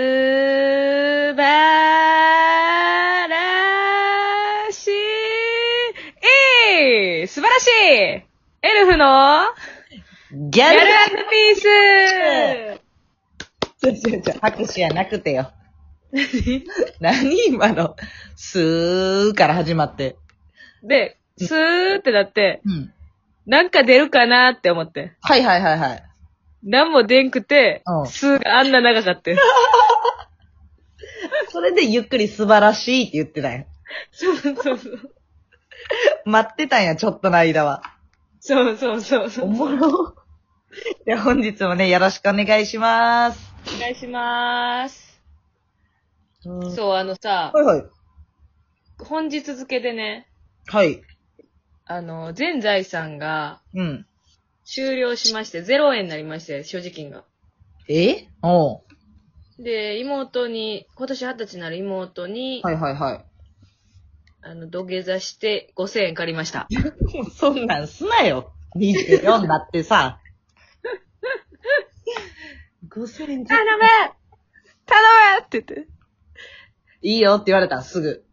すばらしいえい素晴らしいエルフのギャギャルルピ ースちょちょちょ、拍手やなくてよ。何今の、すーから始まって。で、スーってなって、うん。なんか出るかなって思って。はいはいはいはい。なんも出んくてう、んスーがあんな長か ったよ。それでゆっくり素晴らしいって言ってたんや。そうそうそう。待ってたんや、ちょっとの間は。そうそうそうそう。おおもろ。で、本日もね、よろしくお願いします。願いします。そそう、あのさ、はいはい。本日付でね、はい。あの、全財産がうん。終了しまして、0円になりまして、所持金が。えおうで、妹に、今年二十歳になる妹に、はいはいはあの、土下座して5000円借りました。い。もうそんなんすなよ。24だって さ。5000円め頼めって言って。いいよって言われたらすぐ。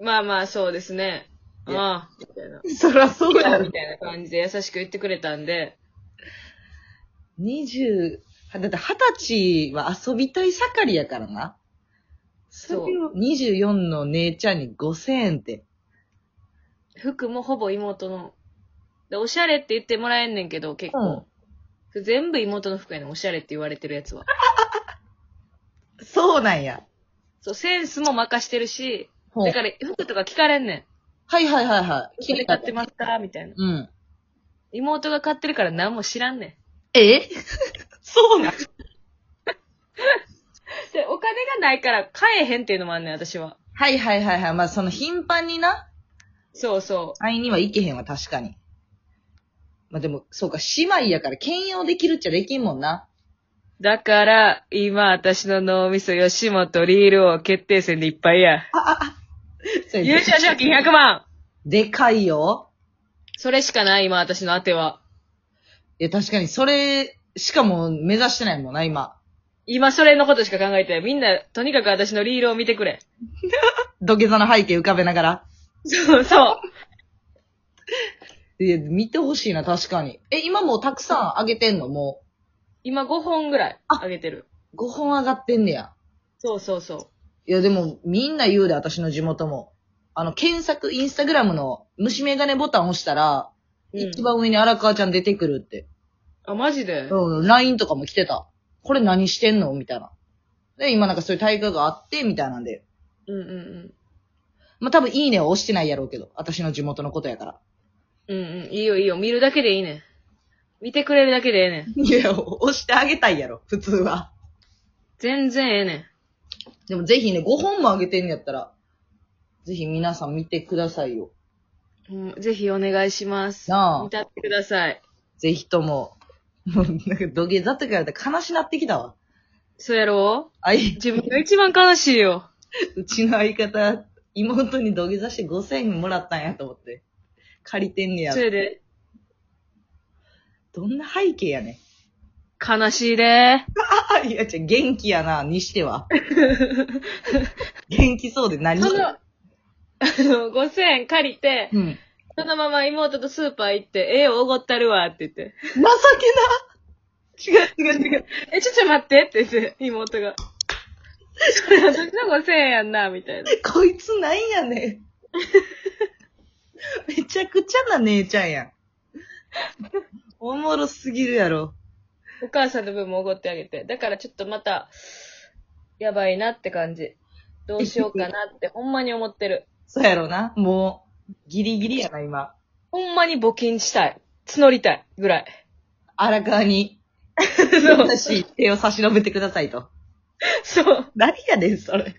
まあまあ、そうですね。いやああ、みたいな。そらそみ。たいな感じで優しく言ってくれたんで、 20、だって二十歳は遊びたい盛りやからな。そうれを24の姉ちゃんに5000円って。服もほぼ妹の。で、おしゃれって言ってもらえんねんけど、結構。全部妹の服やねん、おしゃれって言われてるやつは。うん。そうなんや。そう、センスも任してるし、ほうだから服とか聞かれんねん。はいはいはいはい。気に買ってますかみたいな。うん。妹が買ってるから何も知らんねん。え そうなんで、お金がないから買えへんっていうのもあんねん、私は。はいはいはいはい。まあその頻繁にな、そうそ会いには行けへんわ、確かに。まあでも、そうか、姉妹やから兼用できるっちゃできんもんな。う。だから、今、私の脳みそ、吉本リールを決定戦でいっぱいや。それ優勝賞金100万でかいよ。それしかない、今、私の当ては。いや、確かに、それ、しかも、目指してないもんな、今。今、それのことしか考えてない。みんな、とにかく私のリールを見てくれ。土下座の背景浮かべながら。そうそう。いや、見てほしいな、確かに。え、今もうたくさん上げてんのも 今、5本ぐらい、あげてる。う、5本上がってんねや。そうそうそいや、でも、みんな言うで、私の地元も。あの、検索、インスタグラムの虫眼鏡ボタン押したら、う。一番上に荒川ちゃん出てくるって。うん。あ、マジでうん、LINE とかも来てた。これ何してんのみたいな。で、今なんかそういう大会があって、みたいなんで。うんうんうん。まあ、多分、いいねは押してないやろうけど、私の地元のことやから。うんうん。いいよいいよ。見るだけでいいねん。見てくれるだけでええねん。いや、押してあげたいやろ、普通は。全然ええねん。でもぜひね、5本もあげてんのやったら、ぜひ皆さん見てくださいよ。うんぜひお願いします。なあ見たってください。ぜひとも。 もうなんか土下座とか言われたら悲しなってきたわ。そうやろあい、自分が一番悲しいよ。うちの相方、妹に土下座して5000円もらったんやと思って。借りてんねやそ。れで、どんな背景やねん。 悲しいで。あ、いや、ちゃ元気やな、にして は。元気そうで何その、あの、5000円借りて、うん。そのまま妹とスーパー行って、ええおごったるわって言って、情けな違う違う違う。え、ちょっと待ってって言って、妹が。それ私の5000円やんな、みたいな。 こいつなんやねん。め ちゃくちゃな姉ちゃんやん。おもろすぎるやろ。お母さんの分もおごってあげて。だからちょっとまた、やばいなって感じ。どうしようかなって、ほんまに思ってる。そうやろな。もう、ギリギリやな、今。ほんまに募金したい。募りたい。ぐらい。荒川に、優しい手を差し伸べてくださいと。 そう。何やねん、それ。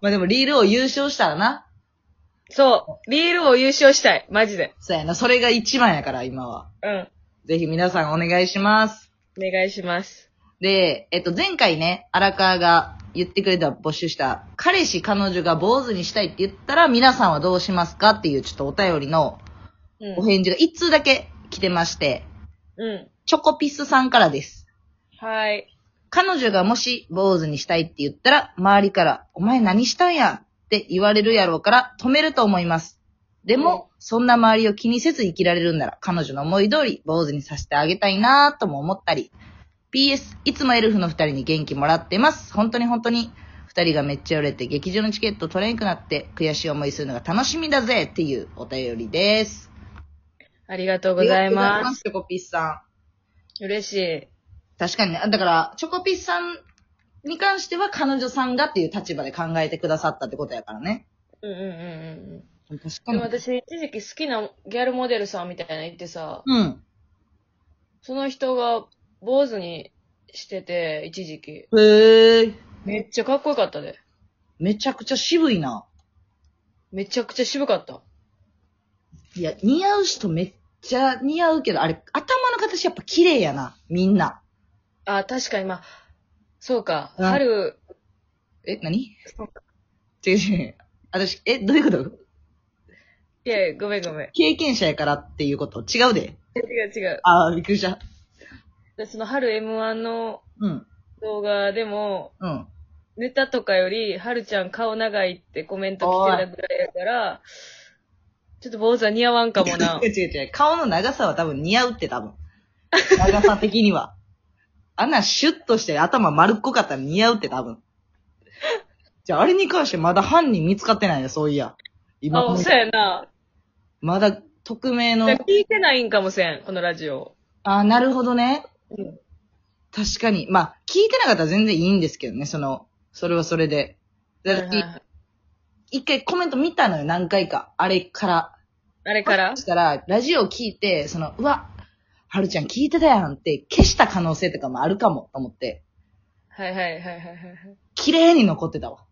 まあでも、リールを優勝したらな。そう。リールを優勝したい。マジで。そうやな。それが一番やから、今は。うん。ぜひ皆さんお願いします。お願いします。で、えっと、前回ね、荒川が言ってくれた募集した、彼氏彼女が坊主にしたいって言ったら、皆さんはどうしますかっていうちょっとお便りのうおん。返事が一通だけ来てまして、うチョコピスさんからです。はい。彼女がもし坊主にしたいって言ったら、周りから、お前何したんやって言われるやろうから止めると思います。でも、そんな周りを気にせず生きられるんなら、彼女の思い通り坊主にさせてあげたいなぁとも思ったり。PS、いつもエルフの二人に元気もらってます。本当に本当に。二人がめっちゃ売れて劇場のチケット取れんくなって悔しい思いするのが楽しみだぜっていうお便りです。ありがとうございありがとうございま。ますす。チョコピスさん。嬉しい。確かにね。あだから、チョコピスさんに関しては彼女さんがっていう立場で考えてくださったってことやからね。うんうんうんうん。確かでもに。私、一時期好きなギャルモデルさんみたいなの言ってさ、うん。その人が坊主にしてて、一時期。へえ。めっちゃかっこよかったで。めちゃくちゃ渋いな。めちゃくちゃ渋かった。いや、似合う人めっちゃ似合うけど、あれ、頭の形やっぱ綺麗やな。みんな。あ、確かに、まあ、そうか。うん春、え、何そうか違う違う。私、え、どういうこといやいや、ごめんごめん。経験者やからっていうこと違うで。違う違う。ああ、びっくりした。でその春 M1 のうん。動画でも、うん。ネタとかより、春ちゃん顔長いってコメント来てたぐらいやから、ちょっと坊主は似合わんかもな違う。違う違う。顔の長さは多分似合うって多分。長さ的 には。あんなシュッとして頭丸っこかったら似合うって多分。じゃあ、あれに関してまだ犯人見つかってないよ、そういや。 今あ、、そうやな。まだ匿名のだ。から聞いてないんかもせん、このラジオ。あ、なるほどね。うん確かに。まあ、聞いてなかったら全然いいんですけどね、その、それはそれで。だって、一回コメント見たのよ、何回か。あれから。あれからそしたら、ラジオ聞いて、その、うわ、はるちゃん聞いてたやんって消した可能性とかもあるかも、と思って、はいはいはいはいはい。綺麗に残って たわ。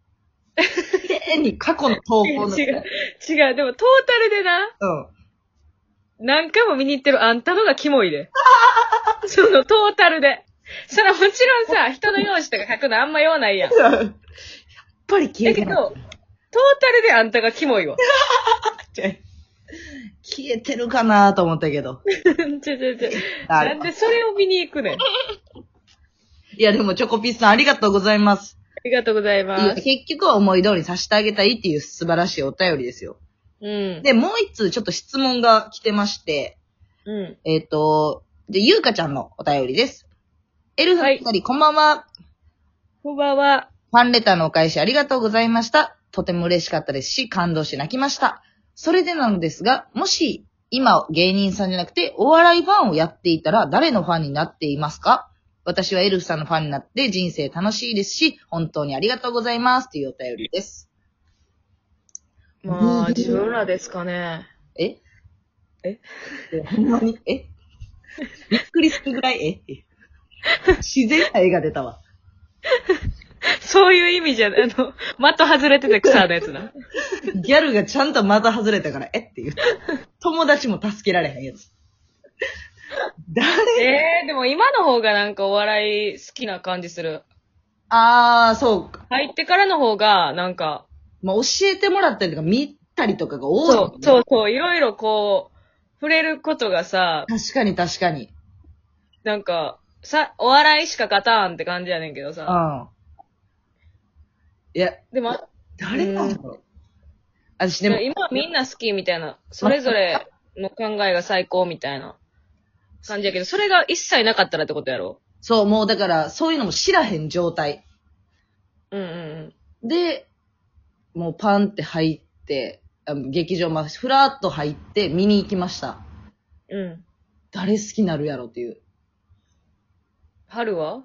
綺麗に過去の投稿の。違う、違う。でもトータルでな、うん。何回も見に行ってるあんたのがキモい で。そのトータルで。それはもちろんさ、人の容姿とか書くのあんま用ないやん。だやっぱり消えけてど、トなーい。タルであんたがキモい わ。消えてるかなと思ったけど。ちょちょちょ。あなんでそれを見に行くねん。あいや、でもチョコピースさんありがとうございます。りがとうございいやます。結局は思い通りにさせてあげたいっていう素晴らしいお便りですよ。うん。で、もう一通ちょっと質問が来てまして、うん。えっ、と、で、ゆうかちゃんのお便りです。エルフは二い人、こんばんは。こんばんは。ファンレターのお返しありがとうございました。とても嬉しかったですし、感動して泣きました。それでなのですが、もし、今、芸人さんじゃなくて、お笑いファンをやっていたら、誰のファンになっていますか私はエルフさんのファンになって、人生楽しいですし、本当にありがとうございます。というお便りです。まあ、自分らですかね。えええほんまにえびっくりするぐらい、え自然な絵が出たわ。 そういう意味じゃない、あの、的外れてて草のやつな。ギャルがちゃんとまた外れたから、えっていう。友達も助けられへんやつ。誰 ええでも今の方がなんかお笑い好きな感じする。あー、そうか。入ってからの方が、なんか、まあ、教えてもらったりとか、見たりとかが多そい、う、そうそう、いろいろこう、触れることがさ、確かに確かに。なんか、さ、お笑いしか勝たんって感じやねんけどうさ。ん。いや、でも、誰なんだろう。私でも、今みんな好きみたいな、それぞれの考えが最高みたいな感じやけど、それが一切なかったらってことやろそう、もうだから、そういうのも知らへん状態。うんうんで、もうパンって入って、あの劇場までふらっと入って見に行きました。うん。うん。誰好きなるやろっていう。春は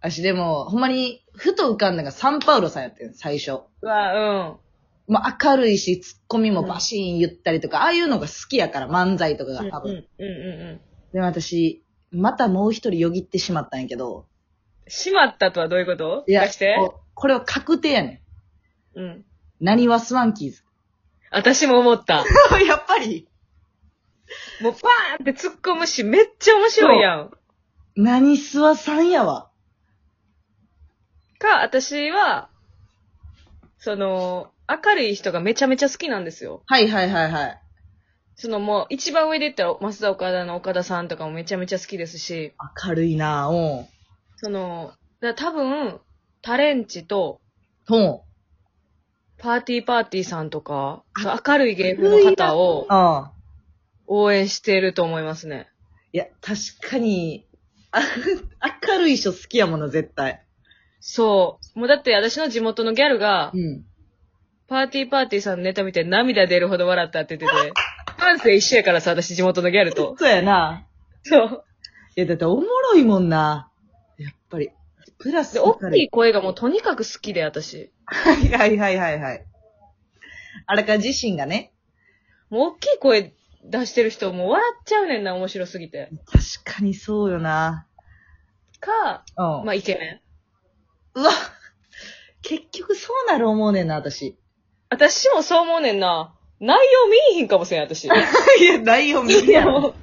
私でも、ほんまに、ふと浮かんだのがサンパウロさんやってん、最初。うわ、もう明るいし、ツッコミもバシーン言ったりとか、ああいうのが好きやから、漫才とかうん。がうん多うん分。うんうん。でも私、またもう一人よぎってしまったんやけど。しまったとはどういうこと出して。ここれは確定やねうん。ん。なにわスワンキ ーズ。私も思った。やっぱり。もうパーンって突っ込むし、めっちゃ面白いやん。なにすわさんやわ。か、私は、その、明るい人がめちゃめちゃ好きなんですよ。はいはいはいはい。そのもう、一番上で言ったら、増田岡田の岡田さんとかもめちゃめちゃ好きですし、明るいなぁ、おうその、だから多分、タレンチと、と、パーティーパーティーさんとか、そう明るい芸風の方をああ。応援してると思いますね。いや、確かに、 あ明るい人好きやもの、絶対。そう。もうだって私の地元のギャルが、ん。パーティーパーティーさんのネタ見て涙出るほど笑ったって言って て、感性一緒やからさ、私地元のギャルと。そうやな。そう。いや、だっておもろいもんな。やっぱり。プラスで、大明るきい。声がもうとにかく好きで、私。 はいはいはいはいはい。あれか自身がね。もう大きい声出してる人、もう笑っちゃうねんな、面白すぎて。確かにそうよな。か、うん。まあ、イケメン。うわ結局そうなる思うねんな、私。私もそう思うねんな。内容見えひんかもしれん、私。い いや、ないよ、みんや、な。もう。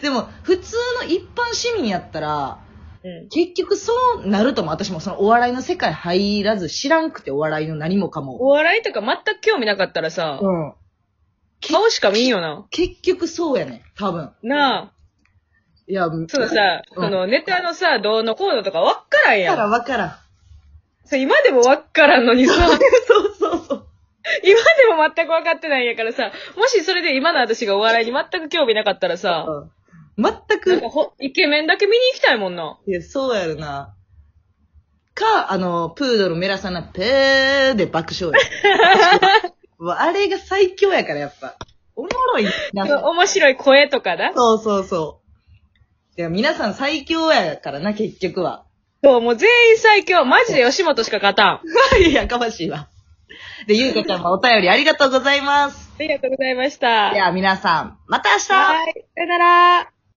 でも、普通の一般市民やったら、うん。結局そうなるとも、私もそのお笑いの世界入らず、知らんくてお笑いの何もかも。お笑いとか全く興味なかったらさ、うん。顔しか見んよな。結局そうやねん、多分。なあ、いや、そのさ、うそんのネタのさ、どうのこうのとかわっからんわからやん。ん、わからん。そう今でもわっからんのにさ、そうそうそう。 今でも全く分かってないんやからさ、もしそれで今の私がお笑いに全く興味なかったらさ、うん。全なくん、かほ、イケメンだけ見に行きたいもんな。いや、そうやるな。か、あの、プードルメラさんのペーで爆笑 や。もうあれが最強やから、やっぱ。おもろいな。面白い声とかだ。そうそうそう。いや、皆さん最強やからな、結局は。 そう、もう全員最強。マジで吉本しか勝たん。いや、やかましいわ。で、ゆうこちゃんもお便りありがとうございます。ありがとうございました。では、皆さん、また明日はい。さよなら。